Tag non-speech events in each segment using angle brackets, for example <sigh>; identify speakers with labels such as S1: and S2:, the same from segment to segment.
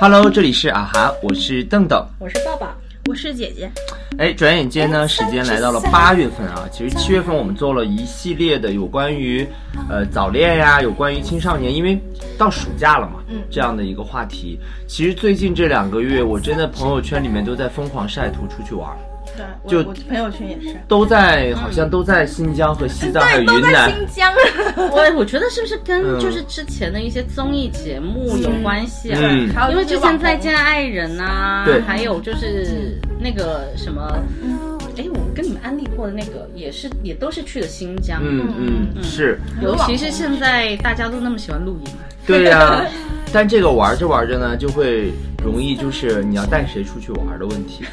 S1: Hello，这里是啊哈，我是邓邓。
S2: 我是抱抱，
S3: 我是姐姐，
S1: 哎，转眼间呢，时间来到了
S3: 哎
S1: 八月份啊。其实七月份我们做了一系列的有关于呃早恋呀、有关于青少年，因为到暑假了嘛，
S2: 嗯
S1: 这样的一个话题。其实最近这两个月，我真的朋友圈里面都在疯狂晒图出去玩儿，
S2: 对，我
S1: 就
S2: 我朋友圈也是，
S1: 都在好像都在新疆和西藏还有
S3: 都
S1: 云
S3: 在
S1: 南。
S3: 新疆。
S4: 我我觉得是不是
S1: 嗯
S4: 跟就是之前的一些综艺节目有关系啊？
S1: 嗯
S2: 还有
S4: 因为之前《再
S2: 在家
S4: 见爱人》呐
S1: 对，
S4: 还有就是那个什么，哎，我跟你们安利过的那个也是，也都是去了新疆。
S1: 嗯嗯，是，
S4: 尤其是现在大家都那么喜欢露啊营，
S1: <laughs> 对呀、但这个玩着玩着呢，就会容易就是你要带谁出去玩的问
S4: <laughs>
S1: 题。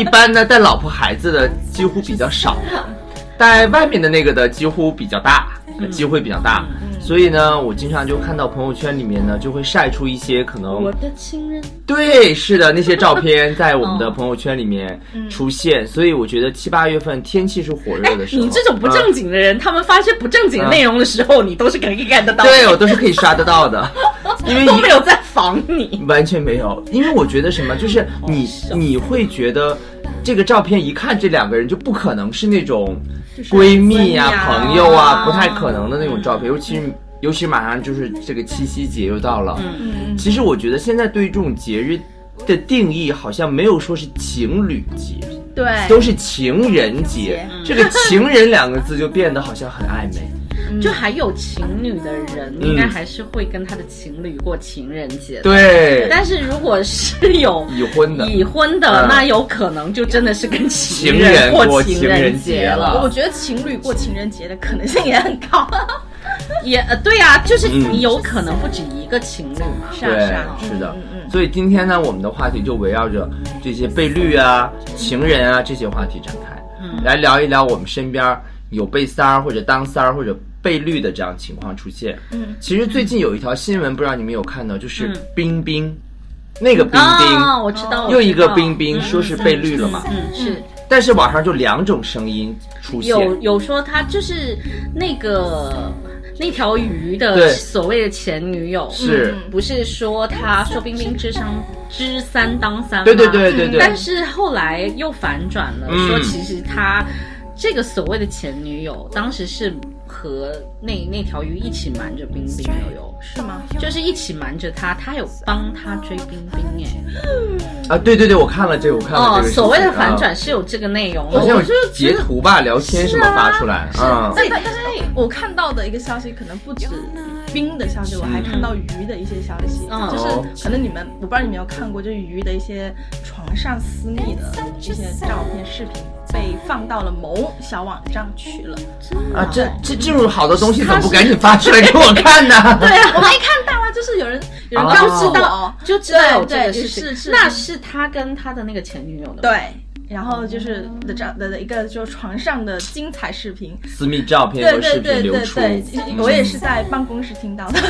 S1: 一般呢，带老婆孩子的几乎比较少，带外面的那个的几乎比较大，
S4: 嗯
S1: 机会比较大。所以呢，我经常就看到朋友圈里面呢，就会晒出一些可能
S4: 我的亲人，
S1: 对，是的，那些照片在我们的朋友圈里面
S4: 嗯
S1: 出现，所以我觉得七八月份天气是火热的时候，
S4: 哎你这种不
S1: 嗯
S4: 正经的人，他们发些不正经的内容的时候，你都是可以 get 得到的，
S1: 对我都是可以刷得到的，因为
S4: <laughs> 都
S1: 一
S4: 没有在防你。
S1: 完全没有，因为我觉得什么，就是你你会觉得这个照片一看，这两个人就不可能是那种闺蜜呀、
S4: 闺蜜啊
S1: 朋友啊，不太可能的那种照片，尤其是。尤其马上就是这个七夕节又到了，
S2: 嗯
S1: 其实我觉得现在对于这种节日的定义，好像没有说是情侣节，
S2: 对，
S1: 都是哎情人节。这个“情人”两个字就变得好像很暧昧。
S2: 嗯
S4: 就还有情侣的人，
S1: 嗯
S4: 应该还是会跟他的情侣过情人节的。
S1: <laughs> 对，
S4: 但是如果是有
S1: 已婚的
S4: 已婚的
S1: 嗯，
S4: 那有可能就真的是跟情
S1: 情人过
S4: 过
S1: 情
S4: 情
S1: 人
S4: 人
S1: 节
S4: 节
S1: 了
S4: 了。
S2: 我觉得情侣过情人节的可能性也很高，啊
S4: 也呃对啊，就是
S1: 嗯
S4: 你有可能不止一个情侣嘛。啊
S2: 是
S1: 对，是的。
S4: 嗯
S1: 所以今天呢，我们的话题就围绕着这些被绿啊、
S4: 嗯
S1: 情人啊这些话题展开，来聊一聊我们身边有被三儿或者当三儿或者被绿的这样情况出现。嗯，其实最近有一条新闻，不知道你们有看到，就是
S4: 嗯
S1: 冰冰，那个冰
S4: 啊，
S1: 冰。
S4: 我知道，
S1: 又一个
S4: 我知道
S1: 冰冰说是被绿了嘛，
S4: 嗯，是
S1: 但是网上就两种声音出现，
S4: 有有说他就是那个那条鱼
S1: 对
S4: 的所谓的前女友，
S1: 是
S4: 嗯不是说他说冰冰之商之三当三吗？
S1: 对对对对
S4: 嗯
S1: 对
S4: 但是后来又反转了，
S1: 嗯
S4: 说其实他这个所谓的前女友，当时是和那那条鱼一起瞒着冰冰的哟。
S2: 是吗？
S4: 就是一起瞒着他，他有帮他追冰冰哎，
S1: 啊，对对对，我看了这个，我看了
S4: 哦
S1: 这个，事情
S4: 所谓的反转
S1: 啊
S4: 是有这个内容，
S1: 好像有
S4: 我就觉
S1: 截
S4: 得
S1: 图吧，聊天什么发出来啊，
S2: 但但但是我看到的一个消息，可能不止冰的消息，我还看到鱼的一些消息，
S4: 嗯
S2: 就是可能你们，我不知道你们有没有看过，就是鱼的一些床上私密的一些照片、视频被放到了某小网站去了。
S1: 啊，这这这种好的东西怎么不赶紧发出来给我看呢？
S4: <laughs>
S2: 对啊，我没看到啊，就是有人有人
S1: 哦
S2: 告诉
S1: 知
S2: 我，
S4: 就知道有这
S2: 对
S4: 个事
S2: 对
S4: 情，
S2: 是是
S4: 那是他跟他的那个前女友的，，
S2: 对，然后就是的这样的的一个就是床上的精彩视频。
S1: 私密照片
S2: 对
S1: 和视
S2: 对对
S1: 频流
S2: 对
S1: 出，嗯
S2: 对，我也是在办公室
S1: <laughs>
S2: 听到的，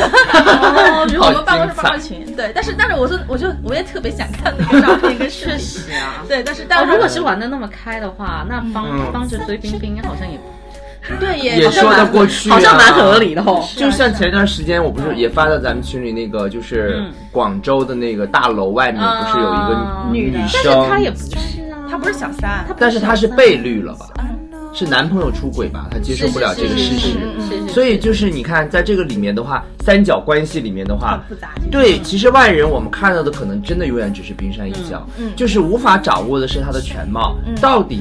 S2: 就是我们办公室办公群。对，但是但是我说，我就我也特别想看那个照片跟视
S4: 确
S1: <laughs>
S2: 频。
S4: 实啊。
S2: 对，但是
S4: 哦，
S2: 但
S4: 如果是玩的那么开的话，那帮、
S1: 嗯
S4: 帮着追冰冰好像也
S2: 对也
S1: 也说得过去啊
S4: 好像蛮合理的哦。
S1: <laughs> 就像前段时间，我不是也发到咱们群里那个，就是
S4: 嗯
S1: 广州的那个大楼外面，不是有一个
S4: 啊
S1: 女
S2: 女的
S4: 但是他也
S1: 生，
S4: 不是啊，
S2: 他不是小三，
S1: 但是她是被绿了吧？是男朋友出轨吧？她接受不了这个事
S4: 是嗯
S1: 实，
S4: 是是是
S1: 所以就是你看，在这个里面的话，三角关系里面的话
S4: 啊
S2: 很，复杂。
S1: 对，其实外人我们看到的可能真的永远只是冰山一角，
S2: 嗯嗯
S1: 就是无法掌握的是它的全貌，到底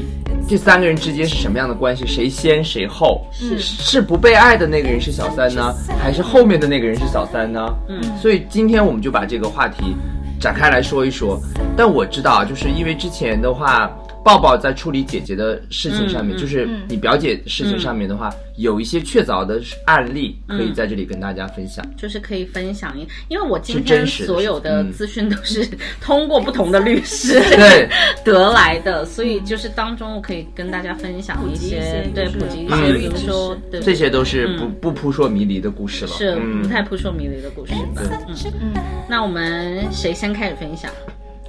S1: 这三个人之间是什么样的关系，谁先谁后，是是不被爱的那个人是小三呢，还是后面的那个人是小三呢？嗯，所以今天我们就把这个话题展开来说一说。但我知道啊，就是因为之前的话。抱抱在处理姐姐的事情上面，
S4: 嗯嗯
S1: 就是你表姐的事情上面的话，有一些确凿的案例可以在这里跟大家分享。
S4: 就是可以分享一，因为我
S1: 是
S4: 今
S1: 真
S4: 天
S1: 实的
S4: 所有的
S1: 嗯
S4: 资讯都是通过不同的律师
S1: 对，
S4: 得来的，所以就是当中我可以跟大家分享一些，
S2: 普及一些
S4: 对
S2: 就是
S4: 普及一
S1: 法
S4: 些，
S1: 律
S4: 比如
S2: 知识
S4: 说对
S1: 这些都是不、不扑朔迷离的故事了。
S4: 嗯是
S1: 嗯
S4: 不太扑朔迷离的故事吧？嗯，那我们谁先开始分享？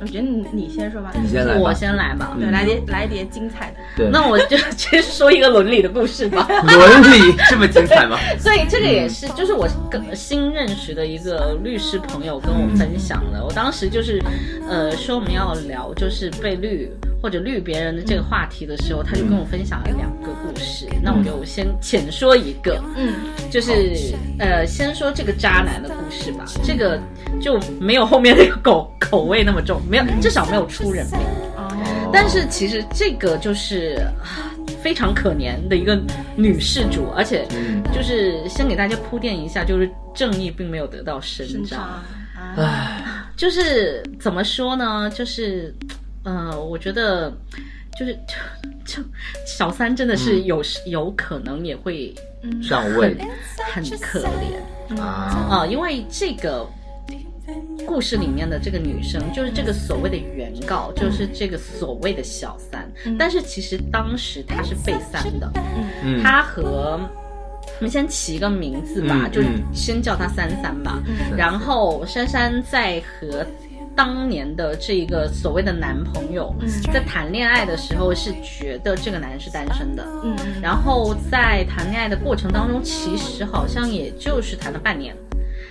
S2: 我觉得你你先说吧，
S1: 你先来吧，嗯
S4: 我先来吧。
S2: 对，来点来一点精彩的。
S1: 对，
S4: 那我就先说一个伦理的故事吧。
S1: 伦理这么精
S4: <laughs>
S1: 彩吗？
S4: 所以这个也是，就是我跟新认识的一个律师朋友跟我分享的。我当时就是，呃，说我们要聊就是被绿或者绿别人的这个话题的时候，他就跟我分享了两个故事。那我就先浅说一个，
S2: 嗯，
S4: 就是呃，先说这个渣男的故事吧。这个就没有后面那个口口味那么重，没有至少没有出人命。
S2: 哦，
S4: 但是其实这个就是啊非常可怜的一个女事主，而且
S1: 嗯
S4: 就是先给大家铺垫一下，就是正义并没有得到伸
S2: 身上
S4: 张。
S2: 啊，
S4: 就是怎么说呢？就是，呃，我觉得就是 <laughs> 就就小三真的是有、时有可能也会
S2: 嗯
S1: 上位
S4: 很可怜
S1: 啊，
S4: 啊、因为这个。故事里面的这个女生，就是这个所谓的原告，就是这个所谓的小三，但是其实当时她是被三的，
S1: 嗯，
S4: 他和我们先起一个名字吧，
S1: 嗯
S4: 就
S1: 嗯
S4: 先叫他三三吧。然后珊珊在和当年的这一个所谓的男朋友、在谈恋爱的时候，是觉得这个男人是单身的。
S2: 嗯嗯
S4: 然后在谈恋爱的过程当中，其实好像也就是谈了半年。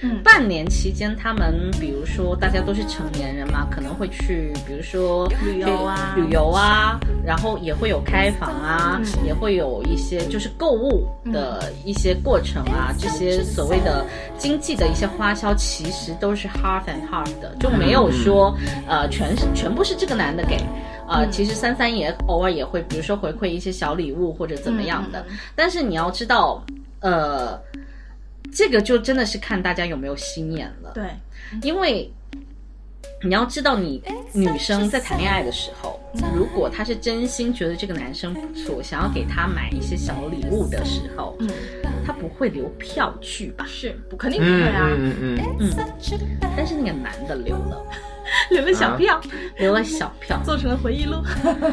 S2: 嗯
S4: 半年期间，他们比如说大家都是成年人嘛，可能会去，比如说
S2: 旅游啊
S4: 旅游啊，然后也会有开房啊，
S2: 嗯
S4: 也会有一些就是购物的一些过程啊，这些所谓的经济的一些花销，其实都是 half and half 的，就没有说、
S2: 嗯
S4: 呃全是全部是这个男的给。呃，其实三三也偶尔也会，比如说回馈一些小礼物或者怎么样的，
S2: 嗯嗯
S4: 但是你要知道，呃，这个就真的是看大家有没有心眼了。
S2: 对，
S4: 因为你要知道，你女生在谈恋爱的时候，如果她是真心觉得这个男生不错，想要给他买一些小礼物的时候，
S2: 嗯，
S4: 她不会留票据吧？
S2: 是不肯定不会
S1: 嗯
S2: 啊，
S1: 嗯嗯嗯，
S4: 但是那个男的留了，
S2: <laughs>
S4: 啊
S2: 留了小票，
S4: 留了小票，
S1: 嗯
S2: 做成了回忆录。 <laughs>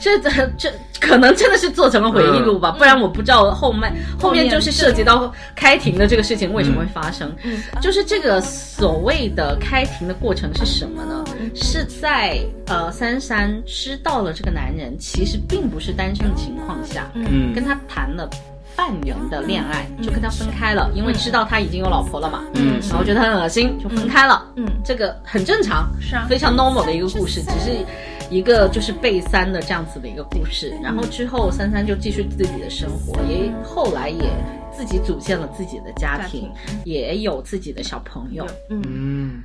S4: 这 <laughs> 这这可能真的是做成了回忆录吧，不然我不知道后面嗯后面就是嗯涉及到开庭的这个事情为什么会发生。就是这个所谓的开庭的过程是什么呢？是在呃珊珊知道了这个男人其实并不是单身的情况下，
S1: 嗯
S4: 跟他谈了。半年的恋爱
S2: 嗯
S4: 就跟他分开了，因为知道他已经有老婆了嘛，
S1: 嗯
S4: 然后觉得很恶心，就分开了，
S2: 嗯
S4: 这个很正常，
S2: 是啊
S4: 非常 normal 的一个故事，只是一个就是被三的这样子的一个故事。
S2: 嗯
S4: 然后之后三三就继续自己的生活，也后来也自己组建了自己的家庭，
S2: 家
S4: 也有自己的小朋友。
S2: 嗯，
S1: 嗯，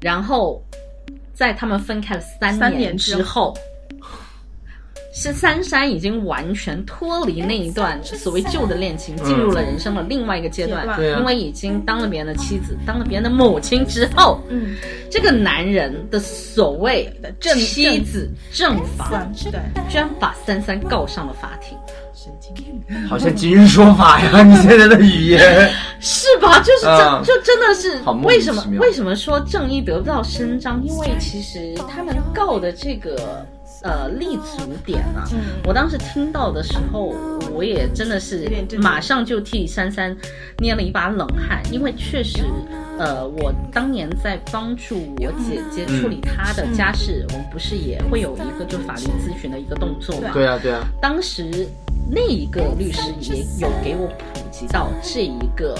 S4: 然后在他们分开了三
S2: 三
S4: 年
S2: 年之
S4: 之后。是三珊已经完全脱离那一段所谓旧的恋情，进入了人生的另外一个阶段
S2: 阶，段
S1: 嗯对啊
S4: 因为已经当了别人的妻子，当了别人的母亲之后，
S2: 嗯，
S4: 这个男人的所谓的
S2: 正
S4: 妻子正
S2: 算
S4: 房，
S2: 对，
S4: 居然把三三告上了法庭，
S2: 神经病。
S1: 好像今日说法呀，你现在的语
S4: <laughs>
S1: 言，
S4: 是吧？就是这，
S1: 啊
S4: 就真的是
S1: 好莫名
S4: 为什么
S1: 其妙
S4: 为什么说正义得不到伸张？因为其实他们告的这个呃立足点啊，
S2: 嗯
S4: 我当时听到的时候，我也真的是
S2: 有点震惊
S4: 马上就替珊珊捏了一把冷汗，因为确实，呃，我当年在帮助我姐姐处理她的家事，我们不是也会有一个就法律咨询的一个动作嘛？
S1: 对啊对啊，
S4: 当时那一个律师也有给我普及到这一个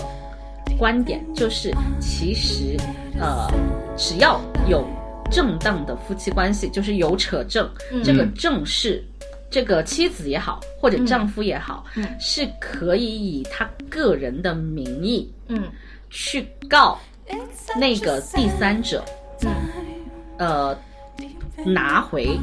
S4: 观点，就是其实呃，只要有正当的夫妻关系，就是有扯证，这个正是。这个妻子也好，或者丈夫也好，
S2: 嗯
S4: 是可以以他个人的名义
S2: 嗯
S4: 去告那个第三者，
S2: 嗯
S4: 呃，拿回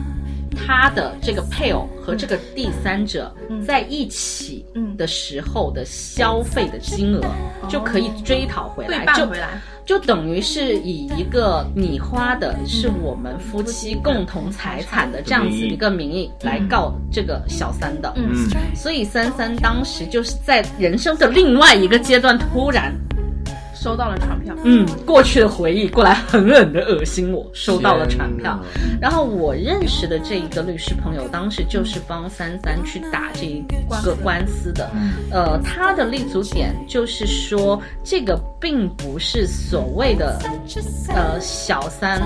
S4: 他的这个配偶和这个第三者在一起
S2: 嗯
S4: 的时候的消费的金额，就可以追讨回来
S2: 对，半
S4: 就
S2: 回来
S4: 就等于是以一个你花的是我们夫妻共同财产的这样子一个名义来告这个小三的。
S2: 嗯
S1: 嗯，
S4: 所以三三当时就是在人生的另外一个阶段突然
S2: 收到了传票，
S4: 嗯，过去的回忆过来狠狠的恶心我，收到了传票。然后我认识的这一个律师朋友，当时就是帮三三去打这一个官司的。呃，他的立足点就是说，这个并不是所谓的呃小三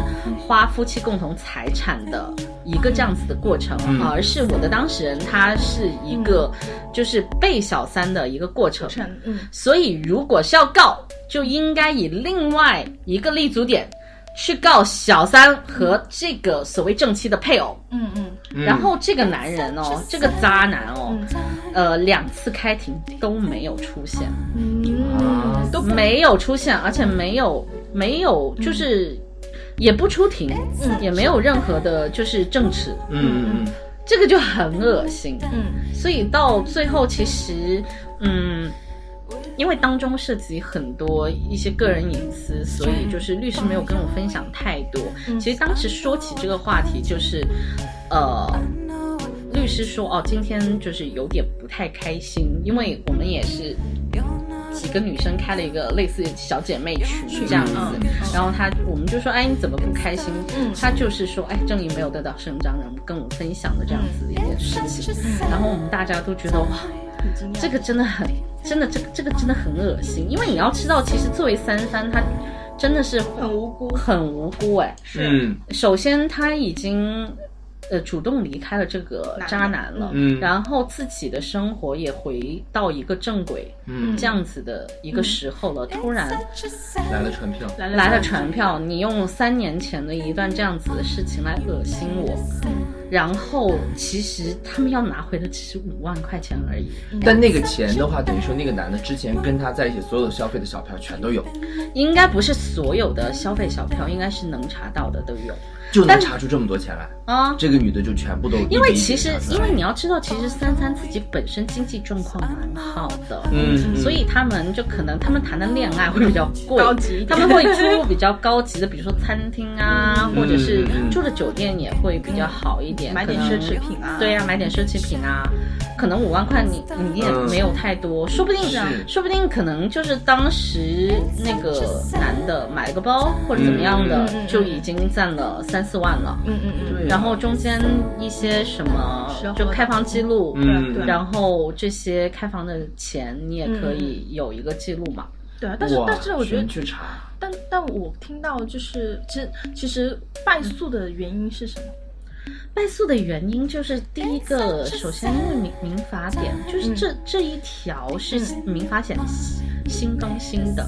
S4: 花夫妻共同财产的一个这样子的过程，
S1: 嗯
S4: 而是我的当事人他是一个就是被小三的一个过程。
S2: 成嗯
S4: 所以如果是要告，就应该以另外一个立足点去告小三和这个所谓正妻的配偶。
S2: 嗯嗯，
S1: 嗯
S4: 然后这个男人哦，这个渣男哦，呃，两次开庭都没有出现，
S1: 啊
S2: 都
S4: 没有出现，而且没有没有就是。也不出庭，也没有任何的，就是证词，
S1: 嗯嗯
S4: 这个就很恶心。
S2: 嗯
S4: 所以到最后，其实，嗯，因为当中涉及很多一些个人隐私，所以就是律师没有跟我分享太多。其实当时说起这个话题，就是，呃。律师说：“哦，今天就是有点不太开心，因为我们也是几个女生开了一个类似小姐妹群这样子，
S2: 嗯
S4: 然后他我们就说，哎，你怎么不开心？他就是说，哎，正义没有得到伸张，然后跟我分享的这样子的一件事情。然后我们大家都觉得哇，
S2: 很惊讶
S4: 这个真的很，真的这个这个真的很恶心，因为你要知道，其实作为三三，他真的是
S2: 很无辜，
S4: 很无辜哎、
S1: 嗯
S4: 首先他已经呃主动离开了这个渣男了，
S1: 嗯
S4: 然后自己的生活也回到一个正轨、
S1: 嗯，
S4: 这样子的一个时候了，突然
S1: 来了传票，
S2: 来
S4: 来了传票，你用三年前的一段这样子的事情来恶心我，然后其实他们要拿回的只是五万块钱而已，
S1: 但那个钱的话，等于说那个男的之前跟他在一起所有的消费的小票全都有，
S4: 应该不是所有的消费小票，应该是能查到的都有
S1: 就能
S4: 但
S1: 查出这么多钱来。
S4: 啊。
S1: 这个女的就全部都
S4: 因为其实，因为你要知道，其实三三自己本身经济状况蛮好的，
S1: 嗯
S4: 所以他们就可能他们谈的恋爱会比较贵，
S2: 高级一点
S4: 他们会住比较高级的，比如说餐厅啊，或者是
S1: 嗯嗯
S4: 住的酒店也会比较好一点，
S2: 买点
S4: 可能
S2: 奢侈品啊
S4: 对呀、买点奢侈品啊，可能五万块你你也没有太多，说不定
S1: 嗯
S4: 啊
S1: 是
S4: 说不定可能就是当时那个男的买了个包或者怎么样
S1: 嗯
S4: 的，
S2: 嗯嗯
S4: 就已经占了三四万了，
S2: 嗯嗯嗯，
S1: 对，啊
S4: 然后中间一些什么
S2: 生活
S4: 就开房记录，
S1: 嗯
S2: 对
S4: 然后这些开房的钱你也可以
S1: 嗯
S4: 有一个记录嘛。
S2: 对啊，但是
S1: 哇
S2: 但是我觉得
S1: 全去查，
S2: 但但我听到就是，其实其实败诉的原因是什么？
S4: 败诉的原因就是第一个，首先因为民民法典，就是这、这一条是民法典新更新的，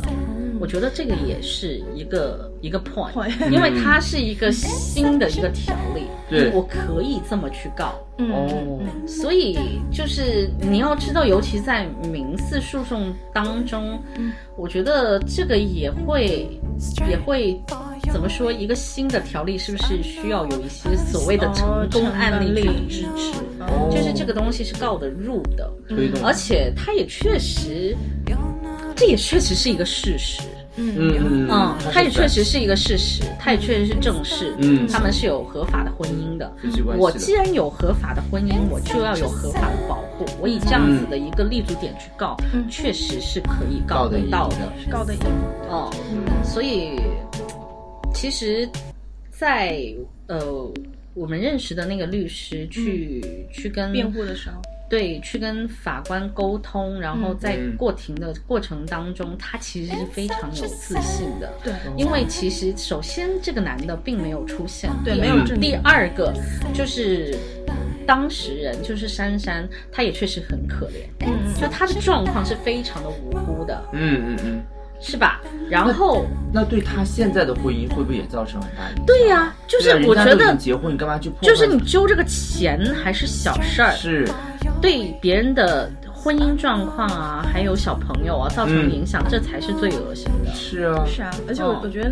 S4: 我觉得这个也是一个一个 point，
S2: Point
S4: 因为它是一个新的一个条例，
S1: 对
S4: 我可以这么去告。
S2: 嗯
S1: 哦
S4: 所以就是你要知道，尤其在民事诉讼当中，我觉得这个也会也会怎么说？一个新的条例是不是需要有一些所谓的成功案例去支持？
S1: 哦
S4: 就是这个东西是告得入的，
S1: 推动，
S4: 而且它也确实，这也确实是一个事实。
S1: 嗯嗯
S4: 嗯，它
S1: 他
S4: 也确实是一个事实，它也确实是正事。
S1: 嗯
S4: 他们是有合法的婚姻的。
S1: 夫妻关系的
S4: 我既然有合法的婚姻，我就要有合法的保护。我以这样子的一个立足点去告，
S2: 嗯
S4: 确实是可以告
S1: 嗯告
S4: 得
S1: 的
S4: 到
S1: 的
S4: 的。，
S2: 告的赢，
S4: 哦，
S2: 嗯
S4: 所以其实在，呃我们认识的那个律师去、去跟
S2: 嗯辩护的时候，
S4: 对，去跟法官沟通，然后在
S1: 嗯
S4: 过庭的过程当中，他其实是非常有自信的。
S2: 对，
S1: 嗯
S4: 因为其实首先这个男的并没有出现，
S2: 对
S4: 第
S2: 没
S1: 有
S4: 二
S1: 证
S2: 据
S4: 第二个就是当事人就是珊珊，她也确实很可怜，
S2: 嗯
S4: 就她的状况是非常的无辜的，
S1: 嗯嗯嗯。
S4: 是吧？然后
S2: 呃
S1: 那对他现在的婚姻会不会也造成很大影响？
S4: 对呀、就是
S1: 对啊
S4: 我觉
S1: 人家都已
S4: 得
S1: 经。结婚，你干嘛去破坏？
S4: 就是你揪这个钱还是小事儿，
S1: 是
S4: 对别人的婚姻状况啊，还有小朋友啊造成
S1: 嗯
S4: 影响，这才是最恶心的。
S1: 是啊，
S2: 是啊，而且我
S4: 哦
S2: 我觉得。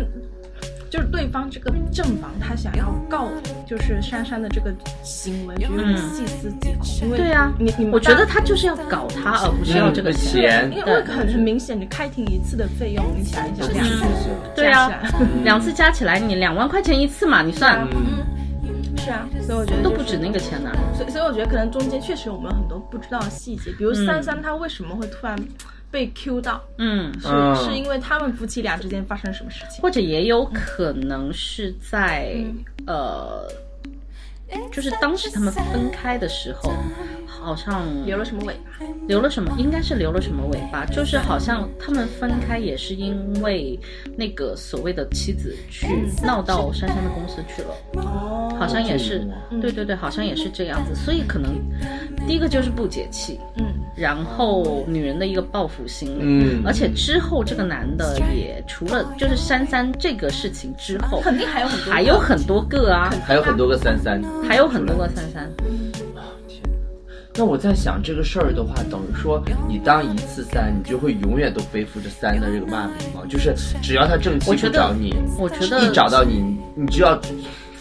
S2: 就是对方这个正房，他想要告，就是珊珊的这个行为，我觉得有
S4: 嗯
S2: 点细思极恐。因为
S4: 对啊
S2: 你你们
S4: 我觉
S2: 当
S4: 得他就是要搞他，而不是要这个
S1: 嗯钱
S2: 嗯因为
S4: 对
S2: 很很明显，你开庭一次的费用，你想一想，两次
S1: 是
S4: 对啊
S2: 加起来
S4: 两次加起来你两万块钱一次嘛，你算
S1: 嗯，
S2: 是啊， <laughs> 所以我觉得
S4: 都
S2: 就是
S4: 不止那个钱呢、
S2: 所以所以我觉得可能中间确实我们有很多不知道的细节，比如三三他为什么会突然被 Q 到，
S4: 嗯，
S2: 是、
S1: 嗯
S2: 是因为他们夫妻俩之间发生什么事情？
S4: 或者也有可能是在、呃，就是当时他们分开的时候，好像
S2: 留了什么尾巴？
S4: 留了什么，应该是留了什么尾巴，就是好像他们分开也是因为那个所谓的妻子去闹到珊珊的公司去了，
S2: 哦
S4: 好像也是
S1: 哦，
S4: 对对对，好像也是这样子，所以可能第一个就是不解气，
S2: 嗯，
S4: 然后女人的一个报复心理，
S1: 嗯
S4: 而且之后这个男的也除了就是珊珊这个事情之后，
S2: 肯定还有很多，
S4: 还有很多个啊，
S1: 还有很多个三三。
S4: 还有很多个珊珊，
S1: 那我在想这个事儿的话，等于说你当一次三，你就会永远都背负着三的这个骂名吗？就是只要他正妻
S4: 我觉
S1: 不
S4: 得
S1: 找你，
S4: 我觉
S1: 一
S4: 得
S1: 找到你，你就要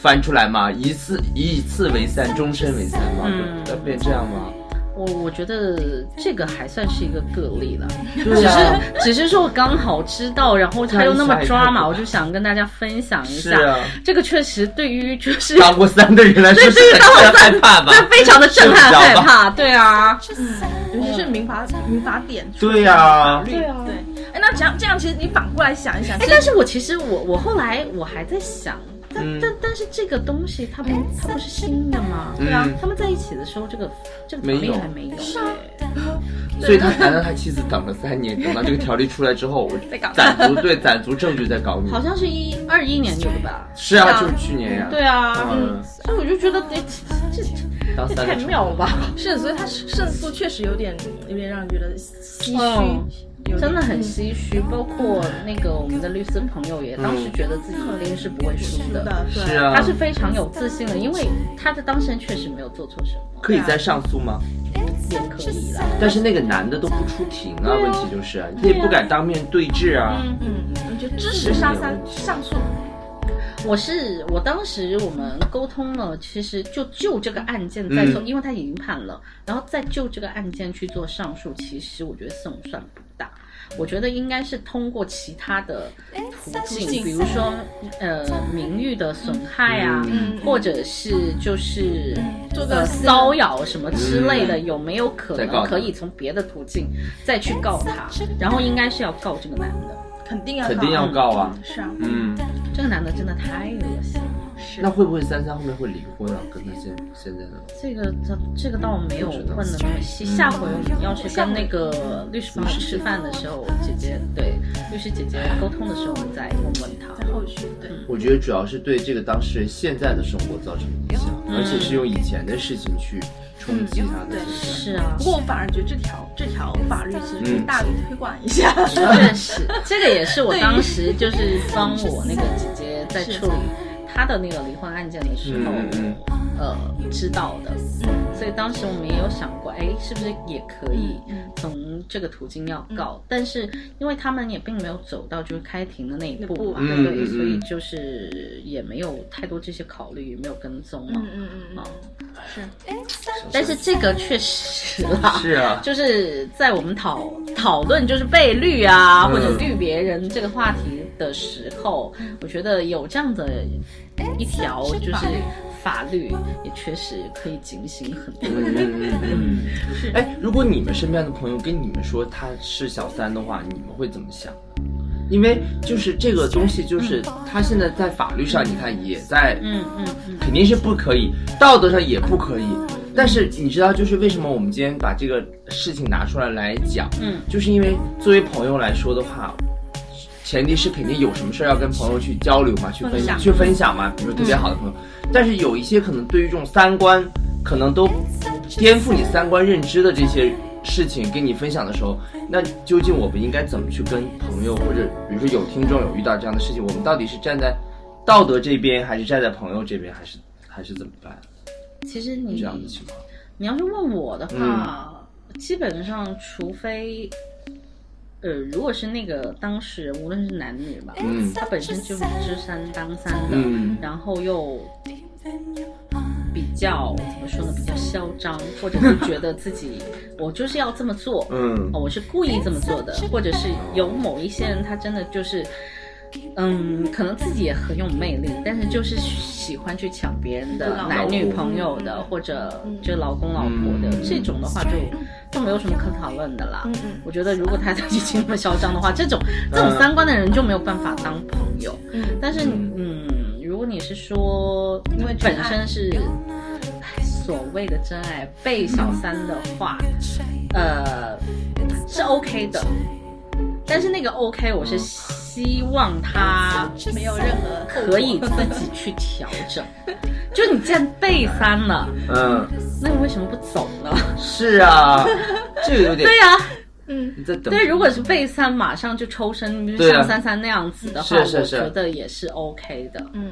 S1: 翻出来嘛，一次以一次为三，终身为三嘛，
S4: 嗯
S1: 就要变这样吗？
S4: 我我觉得这个还算是一个个例了，
S1: 对啊，
S4: 只是说我刚好知道，然后他又那么抓
S1: <laughs>
S4: 嘛，我就想跟大家分享一
S1: 是
S4: 下。
S1: 啊，
S4: 这个确实对于就是
S1: 当过三的人来说
S4: 对
S1: 是
S4: 对于
S1: 很令人
S4: 当过三
S1: 害怕吧？
S4: <laughs> 这非常的震撼
S1: 睡不着
S4: 害
S1: 吧
S4: 怕，对啊，
S2: 尤其是民法
S4: 嗯
S2: 民法典出
S1: 对呀、
S2: 律，对啊，对。哎，那这样这样，其实你反过来想一想，
S4: 哎
S2: 其，实
S4: 但是我其实我我后来我还在想，但、
S1: 嗯
S4: 但但是这个东西它不它不是新的吗？
S1: 嗯
S4: 哎对啊，他们在一起的时候，这个这个条
S1: 没
S4: 例
S1: 有
S4: 还没有。
S1: 所以他难道他妻子等了三年，等到这个条例出来之
S4: <laughs>
S1: 后，我
S2: 再搞
S1: 攒足对攒足证据再搞你？
S4: 好像是一二一年有的吧？
S1: 是啊，就是去年呀、
S4: 对啊，
S1: 嗯，
S4: 所以我就觉得这这
S1: 当
S4: 这
S1: 三
S4: 太
S1: 的时候
S4: 妙了吧，
S2: 是，所以他胜诉确实有点有点让人觉得唏
S4: 嗯
S2: 嘘，有点
S4: 真的很唏嘘。包括那个我们的律师朋友
S1: 嗯
S4: 也当时觉得自己一定是不会输
S2: 是
S4: 的，
S2: 的，对。
S1: 是啊，
S4: 他是非常有自信的，因为他的当事人确实没有做错什么，
S1: 可以再上诉吗？
S4: 也可以啦。
S1: 但是那个男的都不出庭啊，问题就是啊你也不敢当面对质啊。
S2: 嗯，你就支持上三上诉，
S4: 我是我当时我们沟通了，其实就就这个案件在做，
S1: 嗯
S4: 因为他已经判了，然后再就这个案件去做上诉，其实我觉得胜算不大。我觉得应该是通过其他的途
S2: 途
S4: 径，
S2: 径
S4: 比如说呃名誉的损害啊，
S1: 嗯
S4: 或者是就是
S2: 嗯做个
S4: 呃
S2: 私人
S4: 骚扰什么之类的，有没有可
S1: 嗯再告
S4: 能
S1: 他
S4: 可以从别的途径再去告他？然后应该是要告这个男的，
S2: 肯定要
S1: 肯定要告啊
S2: 是啊，
S1: 嗯，
S4: 这个男的真的太恶心了。
S2: 是
S1: 那。会不会三三后面会离婚啊？跟他现现在的
S4: 这个这这个倒没有问的那么细，下回我们要去跟那个律师朋友吃饭的时候，姐姐对律师姐姐沟通的时候，我们再问问他。
S2: 在后续对，
S1: 我觉得主要是对这个当事人现在的生活造成影响，而且是用以前的事情去冲击他的
S2: 嗯
S1: 现在。
S4: <laughs> 是啊
S2: 不，过我反而觉得这条这条法律其实可以
S1: 嗯
S2: 大力推广一下。
S4: 确实，这个也是我当时就是帮我那个姐姐在处理她的那个离婚案件的时候
S1: 嗯嗯，
S4: 呃，知道的。所以当时我们也有想过，哎，是不是也可以从这个途径要告？但是因为他们也并没有走到就是开庭的那一步啊嘛，
S2: 那
S1: 步
S4: 对不
S1: 嗯嗯
S4: 对？
S1: 嗯
S4: 所以就是也没有太多这些考虑，也没有跟踪嘛。哦
S2: 嗯嗯嗯嗯，
S4: 但是这个确实啦，
S1: <laughs> 是啊，
S4: 就是在我们讨讨论就是被绿啊、
S1: 嗯
S4: 或者绿别人这个话题的时候，我觉得有这样的一条就是法律，也确实可以警醒很多人。
S1: 嗯嗯嗯。哎，如果你们身边的朋友跟你们说他是小三的话，你们会怎么想？因为就是这个东西，就是他现在在法律上，你看也在，
S4: 嗯嗯嗯，
S1: 肯定是不可以，道德上也不可以。但是你知道，就是为什么我们今天把这个事情拿出来来讲，
S4: 嗯，
S1: 就是因为作为朋友来说的话，前提是肯定有什么事儿要跟朋友去交流嘛，去分
S2: 分享
S1: 去分享嘛，比如说特别好的朋友。但是有一些可能对于这种三观可能都颠覆你三观认知的这些事情跟你分享的时候，那究竟我们应该怎么去跟朋友或者比如说有听众有遇到这样的事情，我们到底是站在道德这边，还是站在朋友这边，还是还是怎么办？
S4: 嗯其实你
S1: 这样嗯的情况，
S4: 你要是问我的话，基本上除非，呃，如果是那个当事人，无论是男女吧，
S1: 嗯
S4: 他本身就是知三当三的，
S1: 嗯
S4: 然后又比较怎么说呢，比较嚣张，或者是觉得自己我就是要这么做，
S1: 嗯
S4: 哦，我是故意这么做的，
S2: 嗯
S4: 或者是有某一些人他真的就是。嗯，可能自己也很有魅力，但是就是喜欢去抢别人的
S2: 老嗯
S4: 男女
S1: 公
S4: 朋友的，或者就老公老婆的、
S1: 嗯
S4: 这种的话就，就没有什么可讨论的啦。
S2: 嗯嗯
S4: 我觉得如果他已经那么嚣张的话，这种这
S1: 嗯
S4: 种三观的人就没有办法当朋友。
S2: 嗯，
S4: 但是你嗯，如果你是说
S2: 因为真爱
S4: 本身是所谓的真爱被小三的话，呃，是 OK 的。但是那个 OK，我是
S1: 嗯
S4: 希望他
S2: <laughs> 没有任何后果
S4: 可以自己去调整。 <laughs> 就你既然被三了，
S1: 嗯，
S4: 那你为什么不走
S1: <laughs>
S4: 呢？
S1: 是啊，这个有点
S4: 对呀、
S1: 你在等
S4: <laughs> 对，如果是被三马上就抽身，就
S1: 对啊
S4: 像三三那样子的话，
S1: 是是是
S4: 我觉得也是 OK 的。
S2: 嗯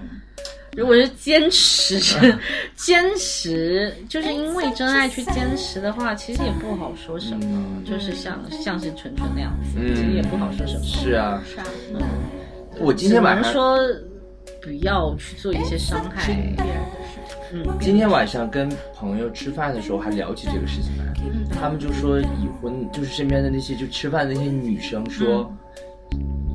S4: 如果是坚持， <laughs> 坚持就是因为真爱去坚持的话，其实也不好说什么，
S1: 嗯
S4: 就是像像是纯纯那样子，
S1: 嗯
S4: 其实也不好说什么。
S1: 是啊，
S2: 是啊，
S1: 我今天晚
S4: 只
S1: 上
S4: 能说不要去做一些伤害别人的事情。嗯，
S1: 今天晚上跟朋友吃饭的时候还聊起这个事情来，他们就说已婚就是身边的那些就吃饭的那些女生说，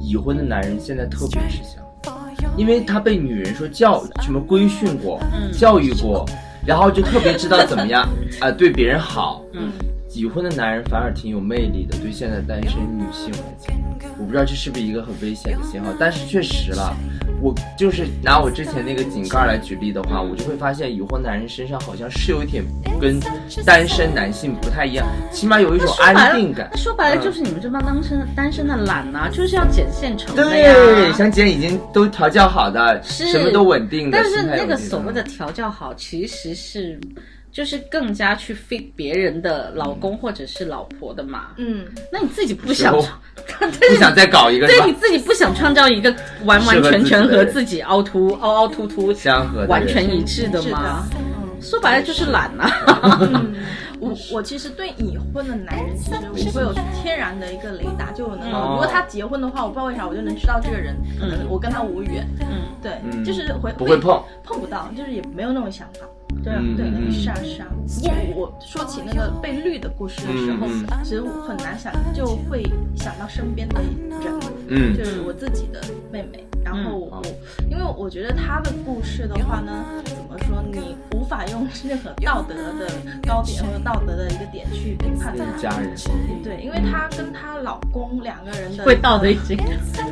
S1: 已婚的男人现在特别吃香，因为他被女人说教什么规训过、
S4: 嗯
S1: 教育过，然后就特别知道怎么
S4: <laughs>
S1: 样啊、对别人好。
S4: 嗯
S1: 已婚的男人反而挺有魅力的，对现在单身女性来讲，我不知道这是不是一个很危险的信号，但是确实了，我就是拿我之前那个井盖来举例的话，
S4: 嗯
S1: 我就会发现已婚男人身上好像是有一点跟单身男性不太一样，起码有一种
S4: 说白
S1: 安
S4: 了
S1: 定感。嗯
S4: 说白了就是你们这帮单身单身的懒呐、就是要捡现成的呀。
S1: 对，香姐已经都调教好的，
S4: 是
S1: 什么都稳定的，
S4: 但是
S1: 心态
S4: 那
S1: 稳
S4: 个
S1: 定
S4: 所谓的调教好，其实是就是更加去 fit 别人的老公或者是老婆的嘛。
S2: 嗯，
S4: 那你自己不想
S1: 有时候，
S4: <laughs> 但
S1: 哦不
S4: 是
S1: 想再搞一个是吧
S4: 对你自己不想创造一个完完全全和自己凹凸凹凹凸凸
S1: 相合的人
S4: 完全一致的
S2: 是的
S4: 吗？，说白了就是懒呐、啊。
S2: 嗯， <laughs> 我我其实对已婚的男人，其实我会有天然的一个雷达，就我能够，
S1: 哦
S2: 如果他结婚的话，我不知道为啥我就能知道这个人，可能我跟他无缘，
S4: 嗯，
S2: 对，
S1: 嗯
S2: 就是会
S1: 不会碰，
S2: 碰不到，就是也没有那种想法。对
S1: 嗯
S2: 对
S1: 嗯，嗯
S2: 是啊是啊。不过我说起那个被绿的故事的时候
S1: 嗯，
S2: 其实我很难想，就会想到身边的人，
S1: 嗯
S2: 就是我自己的妹妹。然后
S4: 嗯
S2: 我，因为我觉得她的故事的话呢，怎么说，你无法用 <laughs> 任何道德的高点或者道德的一个点去评判
S1: 自己
S2: 她。
S1: 家人
S2: 对，因为她跟她老公两个人的
S4: 会到的已经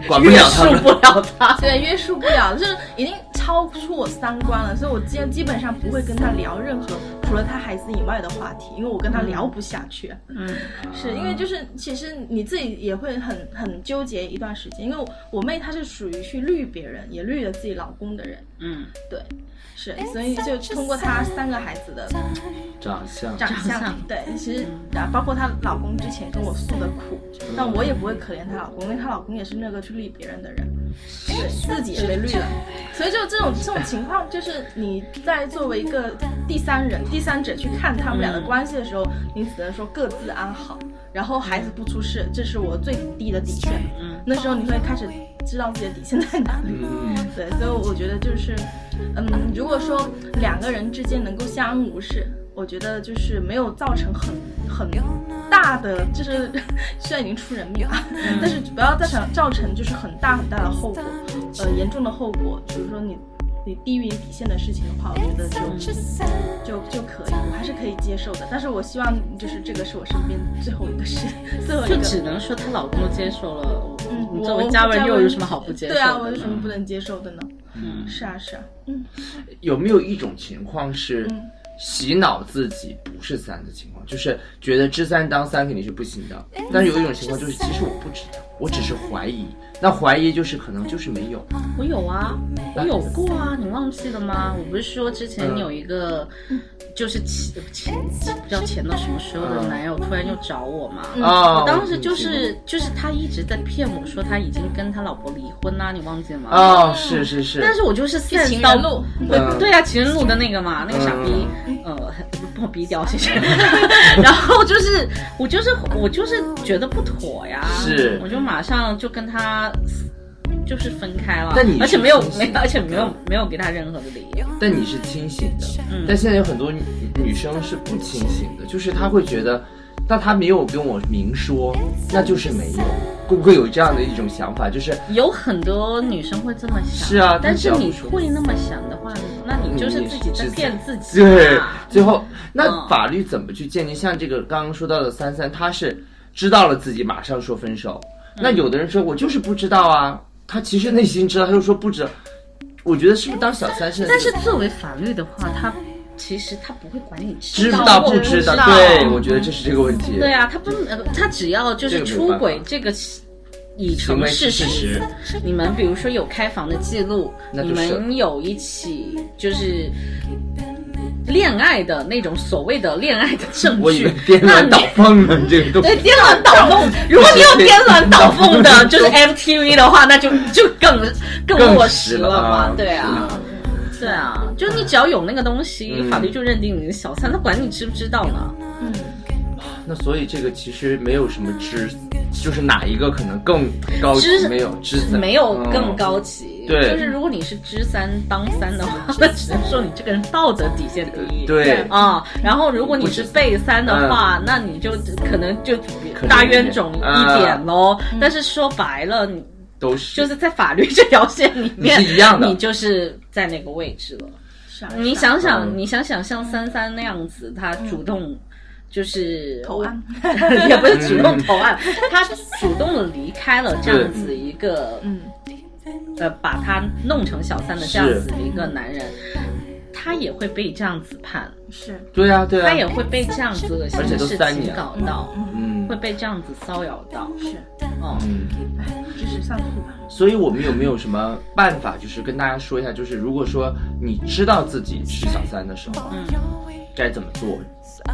S1: 管啊不
S4: 约
S1: 了他
S4: <laughs> 束
S1: 们
S4: 不，了他。
S2: 对，约束不了，就是已经超出我三观了，所以我基基本上不会跟他聊任何除了他孩子以外的话题，因为我跟他聊不下去。
S4: 嗯
S2: 是因为就是其实你自己也会很很纠结一段时间，因为我我妹她是属于去绿别人，也绿了自己老公的人，
S4: 嗯，
S2: 对，是，
S4: 哎
S2: 所以就通过她三个孩子的
S1: 长相
S2: 长
S4: 长
S2: 相
S4: 相，嗯
S2: 对，其实啊，包括她老公之前跟我诉的苦，
S4: 嗯
S2: 但我也不会可怜她老公，因为她老公也是那个去绿别人的人，对，自己也被绿了，所以就这种这种情况，就是你在作为一个第三人、第三者去看他们俩的关系的时候，你只能说各自安好，然后孩子不出事，这是我最低的底线。
S4: 嗯
S2: 那时候你会开始知道自己的底线在哪里。
S1: 嗯，
S2: 对，所以我觉得就是，嗯，如果说两个人之间能够相安无事，我觉得就是没有造成很很大的，就是 <laughs> 虽然已经出人
S4: <laughs>
S2: 命啊，但是不要造成造成就是很大很大的后果，呃，严重的后果，比如说你你低于你底线的事情的话，我觉得就就就可以，我还是可以接受的。但是我希望就是这个是我身边最后一个事， <laughs> 最后一
S4: 就
S2: 个
S4: 只能说她老公都接受了，
S2: 嗯
S4: 你
S2: 我
S4: 作为
S2: 我
S4: 家人
S2: 家
S4: 又
S2: 人
S4: 有什么好不接受
S2: 对
S4: 的呢？
S2: 啊，我有什么不能接受的呢？
S4: 嗯
S2: 是啊，是啊，
S1: 有没有一种情况是
S2: 嗯
S1: 洗脑自己不是三的情况，就是觉得知三当三肯定是不行的，
S4: 哎
S1: 但是有一种情况就是其实我不知道，我只是怀疑，那怀疑就是可能就是没有，
S4: 我有啊，我有过啊，你忘记了吗？我不是说之
S1: 嗯
S4: 前有一个，
S2: 嗯
S4: 就是前前不知道前到什么时候的
S1: 嗯
S4: 男友突然又找我嘛。
S2: 嗯
S1: 啊，
S4: 嗯我当时就是就是他一直在骗我说他已经跟他老婆离婚啊啦、你忘记了吗？
S1: 哦，是是是，
S4: 嗯但是我就是
S2: 去情人
S4: sense 到
S2: 路
S1: 嗯
S4: 对对啊，情人路的那个嘛，那个傻逼，呃，帮我逼掉，谢 <laughs> 谢。然后就是我就是我就是觉得不妥呀，
S1: 是
S4: 我就马上就跟他就是分开了，
S1: 但你
S4: 而且没有
S1: 是嗯
S4: 没有，而且没有没有给他任何的理由，
S1: 但你
S4: 嗯
S1: 是清醒的，但现在有很多女女生是不清醒的，就是她会觉得但他没有跟我明说，那就是没有。
S4: 嗯
S1: 会不会有这样的一种想法？就是 <laughs>
S4: 有很多女生会这么想，
S1: 是啊
S4: 但是
S1: 但是要
S4: 你
S1: 不说
S4: 会那么想的话，那你就是自己在骗自己、啊。
S1: 对，最后那
S4: 嗯
S1: 法律怎么去鉴定？像这个刚刚说到的三三，他是知道了自己马上说分手，那
S4: 嗯
S1: 有的人说我就是不知道啊，他其实内心知道，他又说不知道。我觉得是不是当小三是？
S4: 但是作为法律的话，他其实他不会管你
S1: 知
S4: 道
S1: 道
S4: 或
S1: 不
S4: 不
S1: 知
S4: 道
S1: 道，，对，我觉得这是这个问题。
S4: 对啊，他不呃，他只要就
S1: 这
S4: 是
S1: 个没
S4: 出
S1: 办法
S4: 轨这个已
S1: 行
S4: 成
S1: 为
S4: 事
S1: 是事实，
S4: 你们比如说有开房的记录，
S1: 那
S4: 你
S1: 就是
S4: 们有一起就是恋爱的那种所谓的恋爱的 <laughs> 证
S1: 我以
S4: 据
S1: 为，颠
S4: 那
S1: 鸾
S4: 你
S1: 倒凤呢，这个
S4: <laughs>
S1: 东西。
S4: 对，颠鸾
S1: <laughs>
S4: 倒凤。如果你有颠鸾倒凤的，就是 MTV 的话，那就就更
S1: 更
S4: 更落实
S1: 实了
S4: 了嘛
S1: 啊，
S4: 对啊。对啊，就你只要有那个东西，
S1: 嗯
S4: 法律就认定你是小三，他管你知不知道呢？
S2: 嗯，
S1: 那所以这个其实没有什么知，就是哪一个可能更高级？
S4: 知
S1: 没有知三，
S4: 没有更
S1: 嗯。
S4: 高级。
S1: 对
S4: 就是如果你是知三当三的话，那只能说你这个人道德底线低。。
S1: 对，嗯
S4: 啊、然后如果你是被三的话，那你就可能就
S1: 可能
S4: 大冤种一点喽。
S2: 嗯
S4: 但是说白了，你
S1: 都是
S4: 就是在法律这条线里面
S1: 你是一样的
S4: 你就是在那个位置了。
S2: 是啊，
S4: 你
S2: 是啊
S4: 想想，
S1: 嗯
S4: 你想想，像三三那样子，他主动就是
S2: 投案
S4: <laughs> 也
S1: 嗯
S4: 不是主动投案，他主动的离开了这样子一个
S2: 嗯，
S4: 呃，把他弄成小三的这样子的一个男人，他也会被这样子判，
S2: 是
S1: 对啊，对啊，
S4: 他也会被这样子的
S1: 而且
S4: 形
S1: 都
S4: 式
S1: 三
S4: 警
S1: 年
S4: 告到，
S1: 嗯
S4: 会被这样子骚扰到，
S2: 是，
S4: 哦。
S1: 嗯。
S2: 哎，就是上诉吧。
S1: 所以我们有没有什么办法，就是跟大家说一下，就是如果说你知道自己是小三的时候，
S4: 嗯
S1: 该怎么做？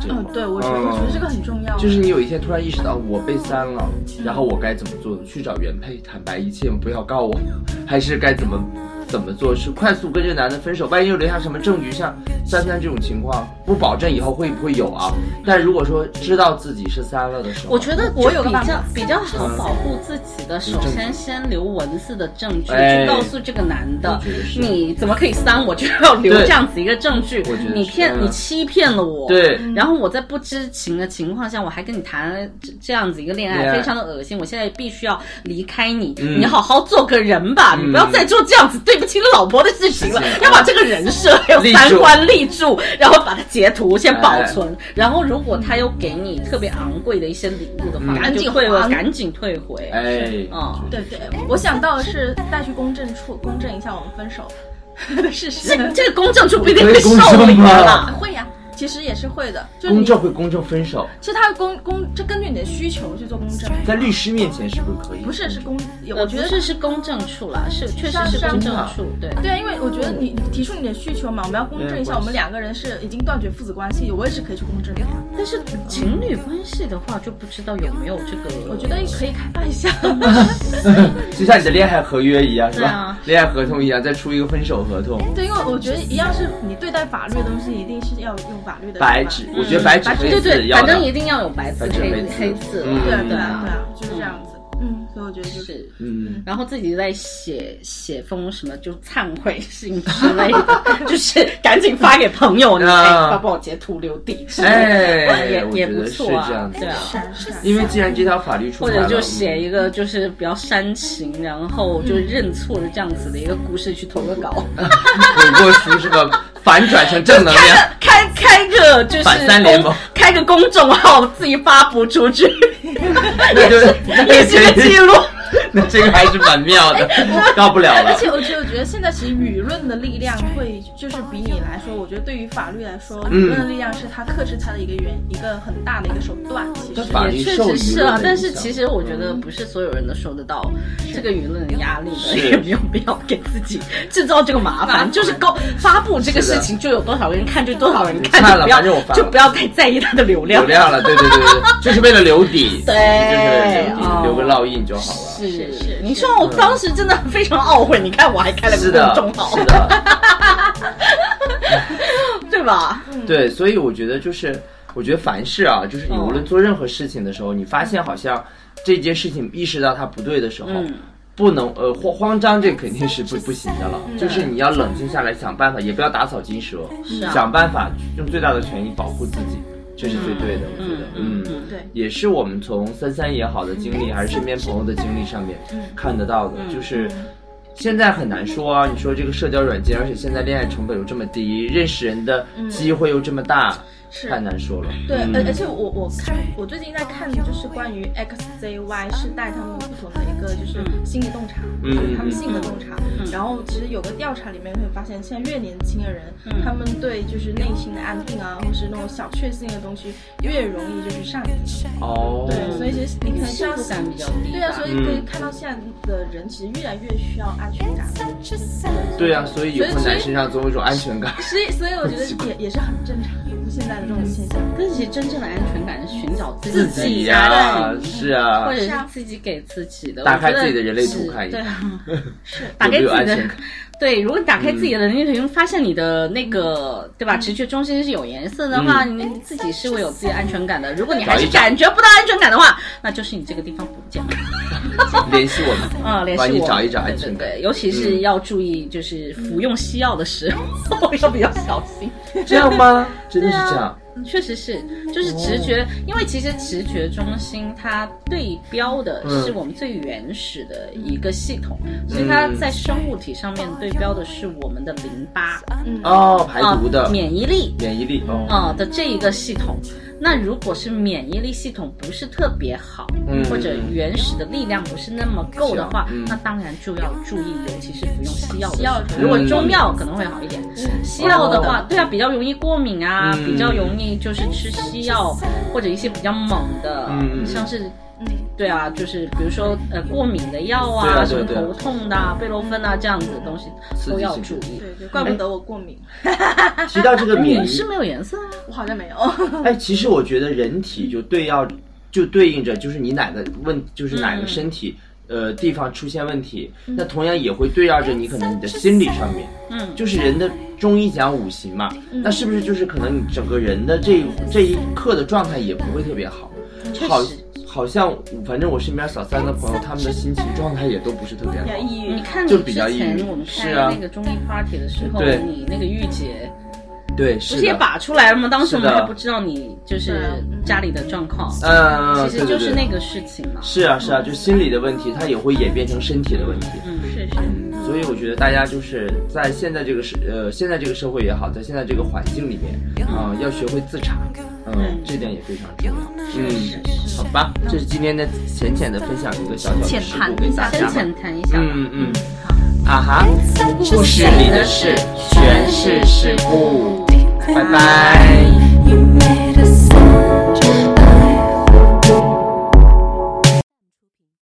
S1: 这
S4: 哦
S1: 个
S2: 嗯，对，我觉得我觉得这个很重要。
S1: 哦
S2: 啊
S1: 就是你有一天突然意识到我被删了，然后我该怎么做呢？去找原配坦白一切，不要告我，还是该怎么怎么做？是快速跟这个男的分手？万一又留下什么证据？像三三这种情况，不保证以后会不会有啊？但如果说知道自己是删了的时候，
S4: 我觉得
S2: 我
S4: 就
S2: 有个
S4: 比
S2: 办
S4: 较
S2: 法
S4: 比较好保护自己的，首先先留文字的证据，
S1: 嗯哎
S4: 去告诉这个男的
S1: 我觉得，是
S4: 你怎么可以删我，就要留
S1: 对
S4: 这样子一个证据
S1: 我觉得是，
S4: 你骗
S1: 嗯
S4: 你欺骗了我，
S1: 对
S4: 然后我在不知情的情况下，我还跟你谈这这样子一个恋
S1: 恋
S4: 爱，
S1: 爱
S4: 非常的恶心，我现在必须要离开你，
S1: 嗯
S4: 你好好做个人吧，
S1: 嗯
S4: 你不要再做这样子对不起老婆的事情了
S1: 是的，
S4: 要把这个人设还有
S1: 立
S4: 三
S1: 住
S4: 观立住，然后把它截图先保
S1: 哎
S4: 存。然后如果他又给你特别昂贵的一些礼物的话，
S1: 嗯
S4: 赶紧退回，赶紧退回。
S1: 哎，
S4: 嗯
S2: 对对，我想到的是带去公证处公证一下我们分手的事实
S4: 这。这个公证处不一定
S1: 可
S4: 会
S1: 以公证
S4: 受理的
S1: 吗
S4: 啦。
S2: 会呀、其实也是会的，就是
S1: 公
S2: 你
S1: 证会公证分手，
S2: 其实他公公，这根据你的需求去做公证，
S1: 在律师面前是不是可以？
S2: 不是是公，我
S4: 我
S2: 觉
S4: 觉
S2: 得
S4: 得
S2: 呃是
S4: 这是公证处啦，是确实
S2: 是啊
S4: 是
S2: 是啊
S4: 公证处，对。
S2: 对啊，因为我觉得你你提出你的需求嘛，我们要公证一下，
S1: 没有关系
S2: 我们两个人是已经断绝父子关系，我也是可以去公证的。
S4: 但是情侣关系的话，就不知道有没有这个。
S2: 我觉得可以开发
S1: <laughs>
S2: 一下，
S1: 就像你的恋爱合约一样，是
S4: 对
S1: 吧？
S4: 啊
S1: 恋爱合同一样，再出一个分手合同，
S2: 对，因为我觉得一样是你对待法律的东西，一定是要用法律的
S1: 白纸，我觉得白纸
S2: 白纸
S1: 黑
S4: 嗯对
S1: 字
S4: 对，
S1: 要
S4: 反
S1: 的
S4: 正一定要有白字
S1: 白纸
S4: 黑
S1: 黑字
S4: 黑字
S1: 嗯
S4: 了，
S2: 对啊对啊
S4: 啊
S2: 对啊，就是这样子，嗯，所以我觉得就是
S4: 是。
S1: 嗯，
S4: 然后自己在写写封什么就忏悔信之类的， <laughs> 就是赶紧发给朋友，你哎
S1: 啊
S4: 帮帮我截图留地址，
S1: 哎
S4: <laughs> 也
S1: 我
S4: 也
S1: 觉
S4: 不
S1: 得是
S4: 错
S1: 这样
S4: 啊，
S1: 子
S4: 对啊。
S2: 是啊是啊，
S1: 因为既然这条法律出
S4: 或
S1: 台
S4: 者
S1: 了，
S4: 就写一
S1: 嗯
S4: 个就是比较煽情，然后就认错的这样子的一个故事去投个稿，
S1: 嗯悔过书是吧？反转成正能量，
S4: <laughs> 开开个就是
S1: 反三联盟
S4: 公开个公众号自己发布出去，
S1: 那就 <laughs>
S4: 也是个记录。哎
S1: 那这个还是蛮妙
S4: <laughs>
S1: 的，到不了
S2: 哎而
S1: 了
S2: 且。我觉得，我觉得现在其实舆论的力量会，就是比你来说，我觉得对于法律来说，
S1: 嗯
S2: 舆论的力量是它克制它的一个原，一个很大的一个手段。其
S1: 但
S2: 实，
S1: 法律
S4: 也确
S1: 受
S4: 实
S1: 舆
S4: 是
S1: 论
S4: 啊
S1: 的，
S4: 但
S1: 影
S4: 是
S1: 响
S4: 其实我觉
S1: 嗯
S4: 得不是所有人都受得到这个舆论的压力的，
S1: 是
S4: <laughs> 也没有必要给自己制造这个麻烦。就是高发布这个
S1: 是
S4: 事
S1: 的
S4: 情，就有多少人看就多少人
S1: 你
S4: 看，
S1: 看
S4: 就
S1: 了
S4: 不
S1: 反正我
S4: 要
S1: 发
S4: 就
S1: 了
S4: 不要太在意它的流量
S1: 流。量了，对对对对，就是为了留底，就是
S4: 对
S1: 为了留底
S4: 哦，
S1: 留个烙印就好了。
S4: 是
S2: 是是
S4: 你说我当时真的非常懊悔，你看我还开了
S1: 嗯是
S4: 个
S1: 的
S4: 公众，号
S1: 是，
S4: <laughs>
S1: 的，
S4: 对吧？
S1: 对，所以我觉得就是，我觉得凡事啊，就是你
S4: 嗯
S1: 无论做任何事情的时候，你发现好像这件事情意识到它不对的时候，
S4: 嗯
S1: 不能呃慌慌张，这肯定是不不行的了。就是你要冷静下来，想办法，也不要打草惊蛇，
S4: 啊
S1: 想办法用最大的权益保护自己。这是最对的，我觉得，
S4: 嗯
S1: 嗯，
S2: 对，
S1: 也是我们从三三也好的经历，还是身边朋友的经历上面看得到的，就是。现在很难说啊！你说这个社交软件，而且现在恋爱成本又这么低，认识人的机会又这么大，
S2: 是
S1: 太难说了。
S2: 对，呃
S1: 嗯
S2: 而而且我我看我最近在看的就是关于 XZY 世代他们不同的一个就是心理洞察，
S1: 嗯
S2: 就是他们性格洞察。然后其实有个调查里面会发现，现在越年轻的人，他们对就是内心的安定啊，或是那种小确幸的东西，越容易就是上瘾。
S1: 哦，
S2: 对，所以其实你可能像
S4: 幸福感比较低吧。
S2: 对啊，所以可以看到现在的人其实越来越需要安全感。
S1: 对啊，所以有困难身上总有一种安全感。
S2: 所以所以我觉得也也是很正常，就现在的这种现象。
S4: 但是其实真正的安全感是寻找
S1: 自
S4: 自
S1: 己
S4: 家
S1: 呀
S4: 的，领域
S1: 是啊
S4: 或，者是自己给自己的，
S1: 打开
S4: 我觉得
S1: 自己的人类图
S4: 是
S1: 看一
S4: 对
S1: 看
S4: 啊，
S1: <laughs>
S2: 是
S4: 打开自
S1: 有没有
S4: 己
S1: 安全
S4: 的
S1: 感，
S4: 对，如果你打开
S1: 嗯
S4: 自己的能力群，发现你的那个对吧，直觉中心是有颜色的话，你自己是会有自己安全感的。如果你还是
S1: 嗯找一找
S4: 感觉不到安全感的话，那就是你这个地方不健康。
S1: 联系我
S4: <laughs>
S1: 们，
S4: 啊，联系我
S1: 帮
S4: 们，
S1: 你嗯找一找
S4: 对
S1: 安
S4: 对
S1: 全感。嗯
S4: 对，尤其是要注意，就是服用西药的时 <laughs> 候要比较小心。
S1: 这样吗？真的是这样。
S4: 确实是，就是直觉，因为其实直觉中心它对标的是我们最原始的一个系统，
S1: 嗯
S4: 所以它在生物体上面对标的是我们的淋巴
S2: 嗯
S1: 哦，排毒
S4: 啊
S1: 的
S4: 免疫力
S1: 免疫力哦，
S4: 啊、的这一个系统。那如果是免疫力系统不是特别好，
S1: 嗯
S4: 或者原始的力量不是那么够的话，
S1: 是嗯
S4: 那当然就要注意，尤其是服用西药
S2: 西
S4: 的时
S2: 药
S4: 候。
S2: 的时候
S4: 如果中药可能会好一点，西药的话，对啊，比较容易过敏啊，
S1: 哦嗯
S4: 比较容易就是吃西药或者一些比较猛的，
S1: 嗯嗯
S4: 像是。
S2: 嗯，
S4: 对啊，就是比如说呃过敏的药
S1: 对
S4: 啊，
S1: 啊
S4: 什么
S1: 对啊对啊
S4: 头痛的、啊、贝洛芬啊这样子的东西
S1: 刺
S4: 都
S1: 激
S4: 要
S1: 性
S4: 注意。
S2: 对对，怪不得我过敏，
S1: 提到这个免疫，
S4: 你是没有颜色啊？
S2: 我好像没有。 <laughs>
S1: 哎，其实我觉得人体就对要就对应着就是你哪个问就是哪个身体、
S4: 嗯
S1: 呃地方出现问题，那同样也会对照着你可能你的心理上面，
S4: 嗯
S1: 就是人的中医讲五行嘛，那是不是就是可能你整个人的这这一刻的状态也不会特别好，好
S4: 嗯实。
S1: 好像反正我身边小三的朋友，他们的心情状态也都不是特别
S2: 比较
S1: 好。
S2: 抑郁。
S4: 你看，
S1: 就
S4: 你
S1: 比
S4: 之
S1: 较抑郁
S4: 前我们
S1: 是
S4: 开
S1: 啊
S4: 那个中医 party 的时候，
S1: 对
S4: 你那个御姐
S1: 对，
S4: 不
S1: 是
S4: 是也
S1: 的。
S4: 把出来了吗？当时我们
S1: 是的
S4: 还不知道你就是
S2: 对
S4: 家里的状况，
S1: 嗯，嗯
S4: 其实就是。
S1: 嗯对对
S4: 那
S1: 对
S4: 个事情嘛。
S1: 是啊，是啊，就心理的问题，它也会演变成身体的问题。
S4: 嗯
S2: 是是，
S1: 所以我觉得大家就是在现在这个社呃现在这个社会也好，在现在这个环境里面，啊、要学会自查，嗯、这点也非常重要。嗯，好吧，这是今天的浅浅的分享一个小小的
S3: 浅
S1: 事
S3: 谈
S1: 故给大
S4: 深
S1: 家
S4: 浅
S1: 嘛。
S4: 谈一下吧。
S1: 嗯嗯，啊哈，故事里的事全是事故，拜拜。